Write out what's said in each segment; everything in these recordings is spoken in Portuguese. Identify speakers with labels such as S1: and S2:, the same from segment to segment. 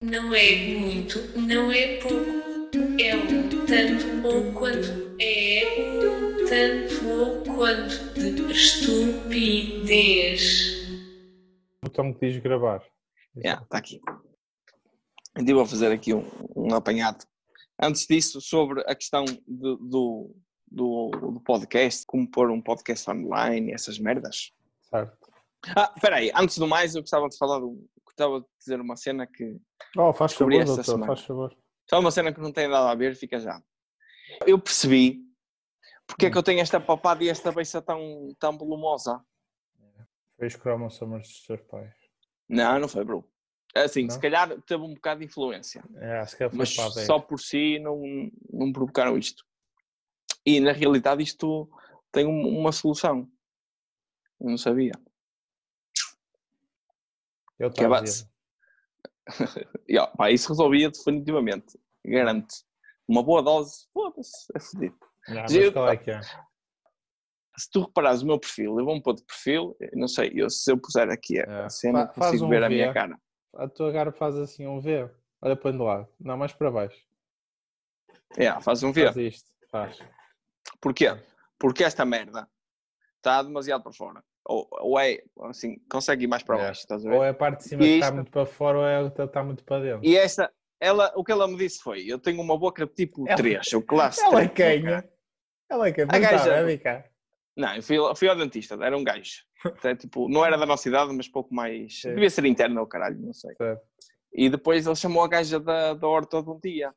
S1: Não é muito, não é pouco. É um tanto ou quanto. É um tanto ou quanto de estupidez.
S2: O botão que diz gravar.
S3: Yeah, está aqui. Eu vou fazer aqui um, um apanhado. Antes disso, sobre a questão do, do, do, do podcast, como pôr um podcast online e essas merdas.
S2: Certo.
S3: Ah, espera aí, antes do mais, eu gostava de falar, do, gostava de dizer uma cena que.
S2: Oh, faz
S3: Descobri
S2: favor,
S3: esta
S2: doutor,
S3: semana.
S2: faz favor.
S3: Só uma cena que não tem nada a ver, fica já. Eu percebi porque é que eu tenho esta papada e esta beiça tão, tão volumosa.
S2: Fez cromossomas dos teus pais.
S3: Não, não foi, bro. Assim,
S2: Não?
S3: se calhar teve um bocado de influência.
S2: É, se calhar foi
S3: mas
S2: para a beira.
S3: só por si não, não provocaram isto. E na realidade isto tem um- uma solução. Eu não sabia.
S2: Eu
S3: que é
S2: estava a
S3: base.
S2: dizer.
S3: E, ó, pá, isso resolvia definitivamente. Garanto. Uma boa dose, foda-se, é fodido.
S2: Não, mas
S3: Eu-
S2: qual é que é?
S3: Se tu reparares o meu perfil, eu vou-me pôr de perfil, eu não sei, eu, se eu puser aqui a
S2: É,
S3: cena,
S2: fa- faz
S3: consigo
S2: um
S3: ver a
S2: V.
S3: minha cara.
S2: A tua cara faz assim um V. Olha para do lado. Não, mais para baixo.
S3: É, faz um
S2: Faz
S3: ver.
S2: isto. Faz.
S3: Porquê? Porque esta merda está demasiado para fora. Ou, ou é, assim, consegue ir mais para
S2: É.
S3: baixo, estás a ver?
S2: Ou é a parte de cima
S3: E
S2: que está
S3: isto-
S2: muito para fora ou é a que está muito para dentro.
S3: E esta, ela, o que ela me disse foi: eu tenho uma boca tipo
S2: Ela-
S3: 3, eu classe
S2: Ela é
S3: três, ok?
S2: canha. Ela é canha. Não
S3: gaja-
S2: está a bicar.
S3: Não, eu fui, fui ao dentista, era um gajo. Até, tipo, não era da nossa idade, mas pouco mais.
S2: Sim.
S3: Devia ser interno, o caralho, não sei.
S2: Certo.
S3: E depois ele chamou a gaja da, da ortodontia.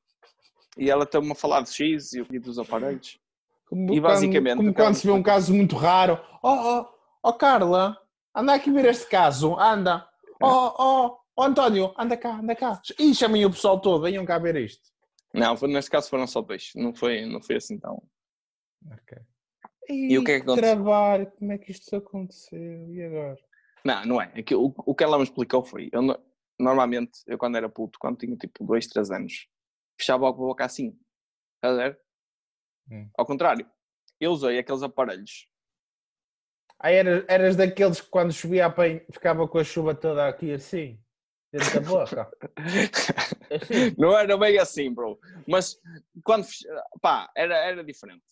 S3: E ela estava-me a falar de X e e dos aparelhos.
S2: Como
S3: E
S2: quando-
S3: basicamente,
S2: Como
S3: acaba-
S2: quando se vê um caso muito raro. Oh, oh, oh Carla, anda aqui ver este caso. Anda.
S3: É.
S2: Oh, oh, oh António, anda cá, anda cá. E chamem o pessoal todo, venham cá ver isto.
S3: Não, foi- neste caso foram só dois. Não foi, não foi assim tão.
S2: E,
S3: o que é que aconteceu?
S2: trabalho, como é que isto aconteceu? E agora?
S3: Não, não é. Aquilo- o, o que ela me explicou foi: eu no- normalmente, eu quando era puto, quando tinha tipo 2, 3 anos, fechava a boca assim. Estás a ver?
S2: Hum.
S3: Ao contrário, eu usei aqueles aparelhos.
S2: Aí eras, Ah, eras daqueles que quando chovia a pen- ficava com a chuva toda aqui assim, dentro da boca. É Assim.
S3: não era bem assim, bro. Mas quando. fech- pá, era, era diferente.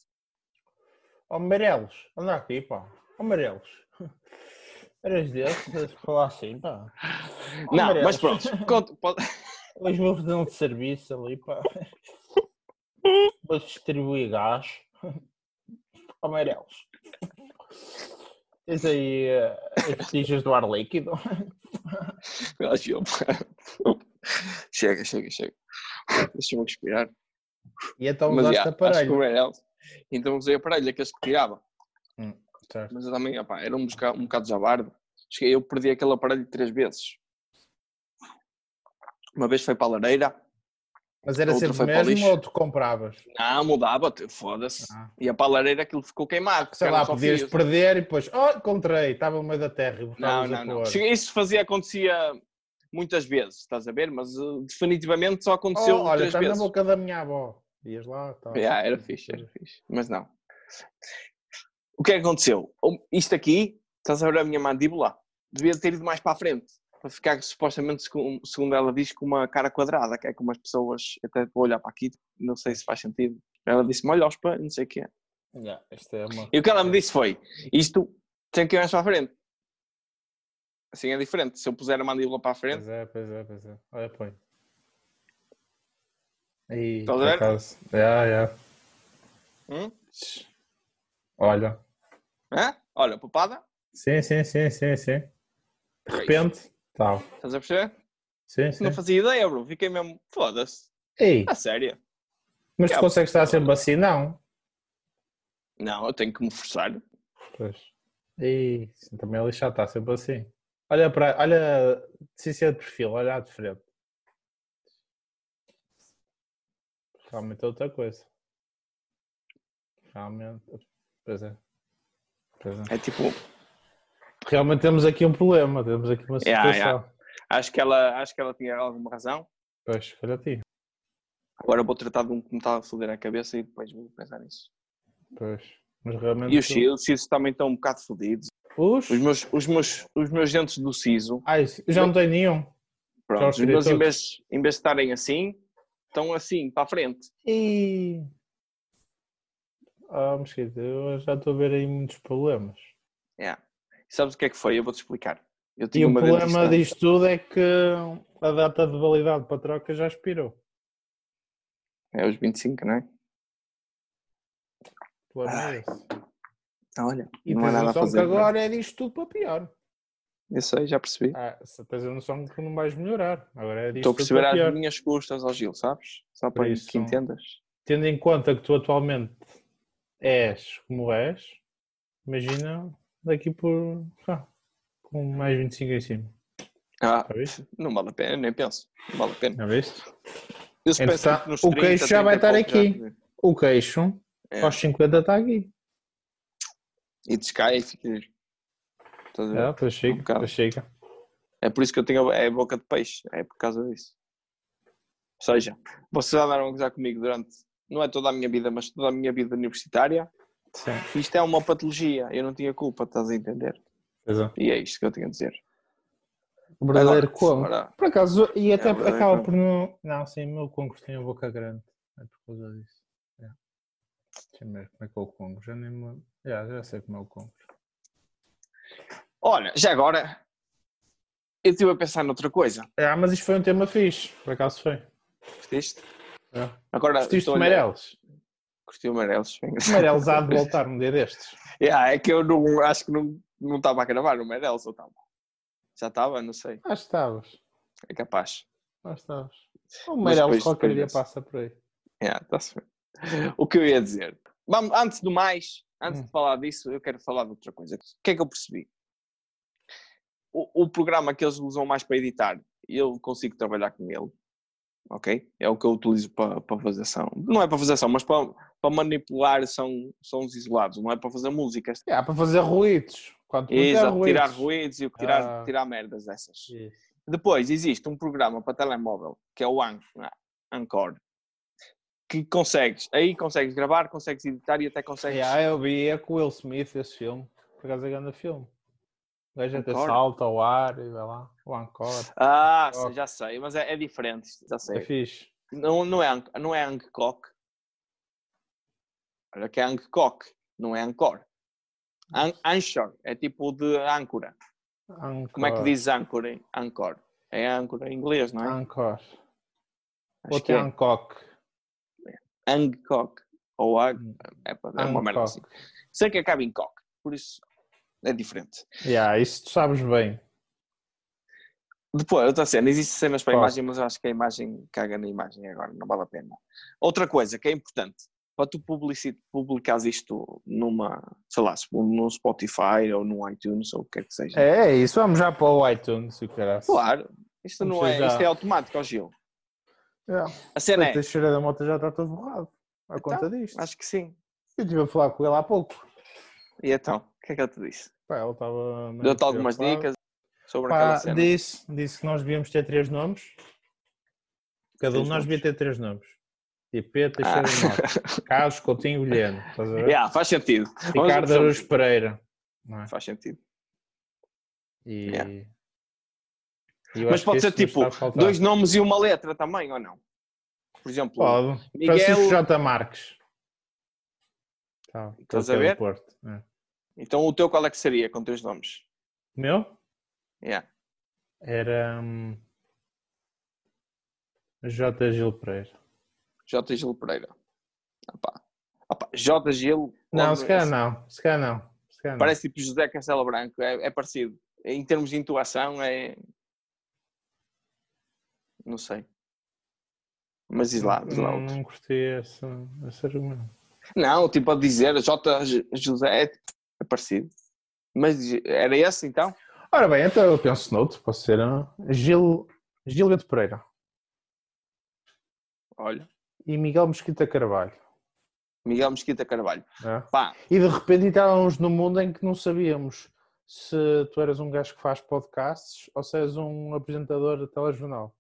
S2: Oh, amarelos, anda aqui, pá. Oh, Amarelos. Eras desses, eras para lá assim, pá. Oh,
S3: não,
S2: amarelos.
S3: mas pronto. conto- pode-
S2: Hoje vou fazer um serviço ali, pá. Vou distribuir gás. Amarelos. Tens aí eh, as tijas do ar líquido.
S3: Acho eu, pá. chega, chega, chega. Deixa-me respirar.
S2: E então
S3: mas
S2: usaste
S3: já, acho que
S2: aparelho.
S3: o Ariel- Então usei aparelho, aqueles que tirava.
S2: Certo.
S3: Mas eu também, opá, era um, boca- um bocado jabardo. Cheguei, eu perdi aquele aparelho três vezes. Uma vez foi para a lareira.
S2: Mas era
S3: Outro
S2: sempre
S3: foi
S2: o
S3: para o
S2: mesmo
S3: lixo.
S2: ou tu compravas?
S3: Não, mudava, te foda-se.
S2: Ah.
S3: E a para a lareira aquilo ficou queimado.
S2: Sei
S3: ficaram
S2: lá,
S3: só
S2: podias
S3: fios.
S2: perder e depois, oh, encontrei, estava no meio da terra e
S3: Não,
S2: botavas
S3: não,
S2: a
S3: não.
S2: cor.
S3: Cheguei- Isso fazia, acontecia muitas vezes, estás a ver? Mas eh, definitivamente só
S2: Oh,
S3: aconteceu
S2: olha,
S3: três
S2: está na
S3: vezes.
S2: boca da minha avó. Ias lá, tá.
S3: Yeah, era fixe, era fixe. Mas não. O que é que aconteceu? Um, Isto aqui, estás a ver a minha mandíbula? Devia ter ido mais para a frente. Para ficar supostamente, segun- segundo ela diz, com uma cara quadrada, que é como as pessoas até vou olhar para aqui, não sei se faz sentido. Ela disse-me, olha ao espelho, não sei o que é.
S2: Yeah, isto é uma...
S3: E o que ela me disse foi, isto tem que ir mais para a frente. Assim é diferente. Se eu puser a mandíbula para a frente,
S2: Pois é, pois é, pois é. Olha, põe. Aí,
S3: Estás a
S2: por
S3: ver?
S2: acaso. É, Yeah, yeah.
S3: hum?
S2: Olha.
S3: Hã? olha, papada,
S2: Sim, sim, sim, sim, sim. De
S3: Pois.
S2: repente, tal.
S3: estás a perceber?
S2: Sim, sim.
S3: Não Ah, fazia ideia, bro. Fiquei mesmo, foda-se.
S2: Ei,
S3: A sério.
S2: mas tu
S3: é,
S2: consegues estar sempre assim? Não.
S3: Não, eu tenho que me forçar.
S2: Pois. Ei, isso também é lixado, está sempre assim. Olha para, olha, ciência de perfil, olha à de frente. Realmente é outra coisa. Realmente, pois é. Pois é.
S3: É tipo,
S2: Realmente temos aqui um problema, temos aqui uma
S3: Yeah,
S2: situação.
S3: yeah. acho que ela, acho que ela tinha alguma razão.
S2: Pois, olha a ti.
S3: Agora vou tratar de um que me está a foder a cabeça e depois vou pensar nisso.
S2: Pois. Mas realmente.
S3: E os cílios, os cílios também estão um bocado fodidos.
S2: Os?
S3: Os meus, os meus, os meus dentes do siso.
S2: Ai, eu já não tenho nenhum. Já
S3: Pronto,
S2: os
S3: os
S2: tirei
S3: meus, em
S2: todos.
S3: vez, em vez de estarem assim, estão assim, para a frente.
S2: E. Ah, mosquito, eu já estou a ver aí muitos problemas.
S3: Yeah. Sabes o que é que foi? Eu vou-te explicar. Eu
S2: E
S3: tinha
S2: o
S3: uma
S2: problema
S3: dentista.
S2: disto tudo é que a data de validade para troca já expirou.
S3: É os 25, não é?
S2: O problema é
S3: Ai,
S2: esse.
S3: Ah, Olha,
S2: E
S3: não há
S2: tens a
S3: nada a
S2: noção que
S3: fazer. não é?
S2: agora é disto tudo para pior.
S3: Eu sei, já percebi.
S2: Ah, se tens a noção que não vais melhorar. Agora é disto
S3: Estou a
S2: tudo
S3: perceber
S2: para
S3: às
S2: pior.
S3: minhas custas ao Gil, sabes? Só
S2: Por
S3: para
S2: isso-
S3: que entendas.
S2: Tendo em conta que tu atualmente és como és, imagina daqui por. ah, com mais 25 em cima.
S3: Ah,
S2: Já viste?
S3: não vale a pena, nem penso. Não vale a pena.
S2: Já viste?
S3: Eu se penso
S2: Entretanto,
S3: que nos
S2: Então tá. o queixo já vai estar
S3: 30 e pouco já-
S2: O queixo
S3: É.
S2: aos 50 está aqui.
S3: E descai e fica. Estás a ver?
S2: É, pois
S3: um
S2: chega,
S3: bocado.
S2: pois chega.
S3: É por isso que eu tenho a é a boca de peixe, é por causa disso. Ou seja, vocês andaram a gozar comigo durante, não é toda a minha vida, mas toda a minha vida universitária.
S2: Sim,
S3: Isto é uma patologia, eu não tinha culpa, estás a entender?
S2: pois é.
S3: E é isto que eu tenho a dizer.
S2: O verdadeiro
S3: Agora,
S2: como.
S3: agora,
S2: Por acaso, e até
S3: É, o verdadeiro
S2: acaba
S3: como.
S2: por não. Não, sim, o meu Congo tem a boca grande. É por causa disso. É. Deixa eu ver como é que é o Congo. Já nem me. Já, já sei como é o Congo.
S3: Olha, já agora, eu estive a pensar noutra coisa.
S2: Ah, mas isto foi um tema fixe. Por acaso foi.
S3: Curtiste?
S2: É.
S3: Agora,
S2: Vestiste
S3: estou a
S2: de
S3: olhar-
S2: Meireles.
S3: Curti o Meireles. foi engraçado.
S2: Meireles há de voltar num dia destes.
S3: Yeah, é que eu não, acho que não não estava a gravar o Meireles, ou estava? Já estava? Não sei,
S2: Ah, estavas.
S3: é capaz.
S2: Ah, estavas. O
S3: Mas
S2: Meireles
S3: depois-
S2: qualquer
S3: depois
S2: dia
S3: vê-se.
S2: passa por aí.
S3: Yeah, tá-se bem. É, tá O que eu ia dizer? Vamos, antes do mais, antes
S2: Hum.
S3: de falar disso, eu quero falar de outra coisa. O que é que eu percebi? O, o programa que eles usam mais para editar, eu consigo trabalhar com ele, ok? É o que eu utilizo para, para fazer ação. Não é para fazer ação, mas para, para manipular são, são os isolados, não é para fazer músicas.
S2: É, há para fazer ruídos. Quanto muito é
S3: Exato, tirar
S2: ruídos.
S3: ruídos e o que tirar,
S2: Ah.
S3: tirar merdas dessas.
S2: Isso.
S3: Depois existe um programa para telemóvel que é o An Anchor que consegues, aí consegues gravar, consegues editar e até consegues.
S2: Yeah, eu vi, é com o Will Smith esse filme. Por acaso é grande filme. O gajo até
S3: Encore?
S2: salta ao ar e vai lá. O Encore.
S3: Ah, sei,
S2: Anchor.
S3: já sei, mas é, é diferente, já
S2: É
S3: sei.
S2: fixe.
S3: Não, não é Anc- não é Angkok. Olha que é Angkok, não é Anchor. An Anchor é tipo de âncora.
S2: Encore.
S3: Como é que diz âncora? em- Anchor. É âncora em inglês, não é?
S2: Encore.
S3: Acho que
S2: Outro é
S3: é
S2: Hancock.
S3: Angkok ou Ang...
S2: Hum.
S3: é, é uma merda assim.
S2: Hancock.
S3: Sei que acaba em cock, por isso é diferente.
S2: Yeah, isso tu sabes bem.
S3: Depois, outra cena, existem cenas para a
S2: Cock.
S3: imagem, mas eu acho que a imagem caga na imagem agora, não vale a pena. Outra coisa que é importante, para tu publici- publicares isto numa, sei lá, no Spotify ou no iTunes ou o que é que seja.
S2: É, é isso. Vamos já para o iTunes, o caralho.
S3: Claro, isto
S2: Não
S3: não é,
S2: precisa-
S3: isto é automático, ó Gil.
S2: Yeah.
S3: A cena
S2: O
S3: é,
S2: Teixeira da Mota já está todo borrado.
S3: Então,
S2: À conta disto.
S3: acho que sim.
S2: Eu estive a falar com ele há pouco.
S3: E então, o que é que eu te disse?
S2: Pá, ele estava. meio
S3: Deu-te algumas
S2: preocupado.
S3: dicas sobre
S2: Pá,
S3: aquela cena.
S2: disse, disse que nós devíamos ter três nomes. Cada um
S3: Três
S2: de nós devia
S3: nomes.
S2: ter três nomes. Tipo,
S3: Ah.
S2: Teixeira de Mota, Carlos Coutinho Vilhena, estás a ver?
S3: Yeah, faz sentido. Vamos
S2: Ricardo
S3: absorver.
S2: Araújo Pereira. não é?
S3: Faz sentido.
S2: E...
S3: Yeah.
S2: e eu
S3: Mas
S2: acho que
S3: pode ser
S2: isso nos
S3: tipo
S2: está a faltar.
S3: dois nomes e uma letra também, ou não? Por exemplo,
S2: Pode.
S3: Miguel-
S2: Francisco J. Marques. Tá,
S3: Estás
S2: que
S3: a
S2: é do
S3: ver?
S2: Porto. é.
S3: então o teu qual é que seria com teus nomes?
S2: O meu
S3: Yeah.
S2: era hum, J. Gil Pereira.
S3: J. Gil Pereira. Opa. Opa, J. Gil.
S2: Não,
S3: logo
S2: se calhar
S3: esse.
S2: não. Se calhar não. Se calhar não.
S3: é Parece tipo José Castelo Branco, é, é parecido. Em termos de intuação, é. Não sei. Mas diz lá, diz lá
S2: Não,
S3: outro.
S2: não curti esse, esse argumento.
S3: Não, tipo a dizer J. J. José é, é parecido. Mas diz- era esse então?
S2: Ora bem, então eu penso noutro, pode ser ah, Gil, Gil Gato Pereira
S3: Olha,
S2: e Miguel Mesquita Carvalho.
S3: Miguel Mesquita Carvalho.
S2: né?
S3: Pá,
S2: E de repente estávamos num mundo em que não sabíamos se tu eras um gajo que faz podcasts ou se és um apresentador de telejornal.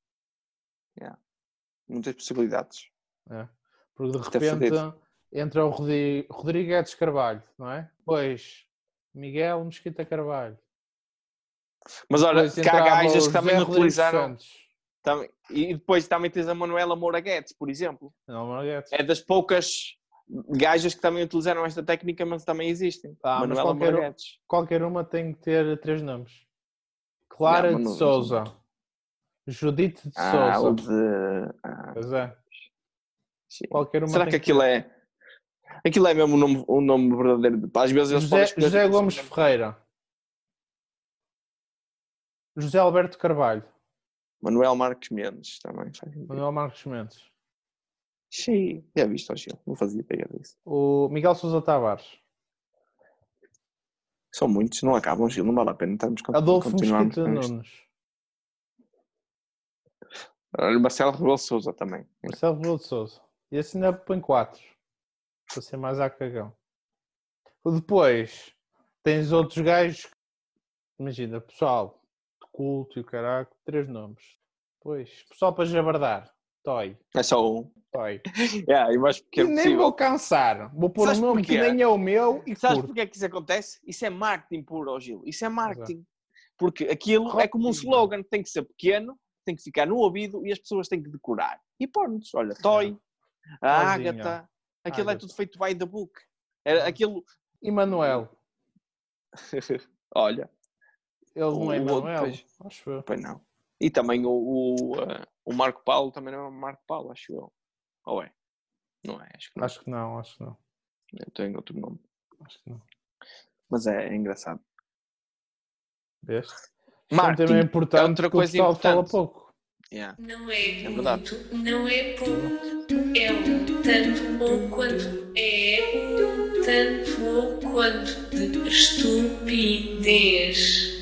S3: muitas possibilidades.
S2: né? Porque de
S3: Está
S2: repente entra o Rodrigo, Rodrigo Guedes Carvalho, não é? Pois, Miguel Mesquita Carvalho.
S3: Mas olha,
S2: Depois
S3: que há
S2: entrava
S3: gajas
S2: o
S3: que também
S2: José Rodrigues
S3: utilizaram.
S2: Santos.
S3: Também- e depois também tens a Manuela Moura Guedes, por exemplo.
S2: Não, Marguerite.
S3: É das poucas gajas que também utilizaram esta técnica, mas também existem.
S2: Tá, mas
S3: Manuela
S2: qualquer
S3: Moura
S2: um-
S3: Guedes.
S2: Qualquer uma tem que ter três nomes. Clara
S3: Não, mas
S2: de
S3: não-
S2: Souza. Judite de
S3: Ah, o
S2: Souza.
S3: de... ah,
S2: Pois é.
S3: sim.
S2: Qualquer uma
S3: Será
S2: tem
S3: que aquilo é... Aquilo é mesmo o nome, o nome verdadeiro. de- Às vezes eles podem
S2: José,
S3: escolher- tipo
S2: José Gomes Ferreira. José Alberto Carvalho.
S3: Manuel Marques Mendes também. faz sentido.
S2: Manuel Marques Mendes.
S3: Sim, já viste, ó Gil. Não fazia ideia disso.
S2: O Miguel Sousa Tavares.
S3: São muitos, não acabam, Gil. Não vale a pena estarmos con-
S2: Adolfo é
S3: continuarmos
S2: Mosquito
S3: com isto.
S2: Nunes.
S3: Olha, Marcelo Rebelo Souza também.
S2: Marcelo Rebelo de Souza. E assim ainda põe 4. Para ser mais a cagão. Depois tens outros gajos. que- Imagina, pessoal de culto e o caraca, três nomes. Pois, pessoal para jabardar. Toy,
S3: É só um.
S2: toy.
S3: É, e mais
S2: E
S3: pequeno
S2: nem
S3: possível.
S2: vou cansar. Vou pôr
S3: Sabes
S2: um nome que
S3: porquê?
S2: nem é o meu e
S3: Sabes
S2: curto.
S3: porque é que isso acontece? Isso é marketing puro, ó Gil. Isso é marketing. Porque aquilo é como um
S2: Ótimo.
S3: slogan, tem que ser pequeno, tem que ficar no ouvido e as pessoas têm que decorar. E pôr-nos, olha, Toy, a
S2: Toyzinho,
S3: Ágata, aquilo é
S2: Ágata.
S3: tudo feito by the book. Era aquilo,
S2: Emanuel.
S3: olha,
S2: Ele não é
S3: O outro,
S2: Emanuel.
S3: pois.
S2: Acho eu.
S3: pois não. E também o, o, eh, o Marco Paulo também não é Marco Paulo, acho eu. Ou é? Não é, acho que não. é,
S2: Acho que não, acho que não.
S3: Eu tenho outro nome.
S2: Acho que não.
S3: Mas é, é engraçado.
S2: Veste? Marketing. É um tema
S3: Marketing.
S2: importante
S3: é outra
S2: que o
S3: coisa
S2: pessoal fala
S3: importante.
S2: pouco.
S3: Yeah.
S1: Não é
S3: verdade.
S1: muito, não é pouco, é um tanto ou quanto, é um tanto ou quanto de estupidez.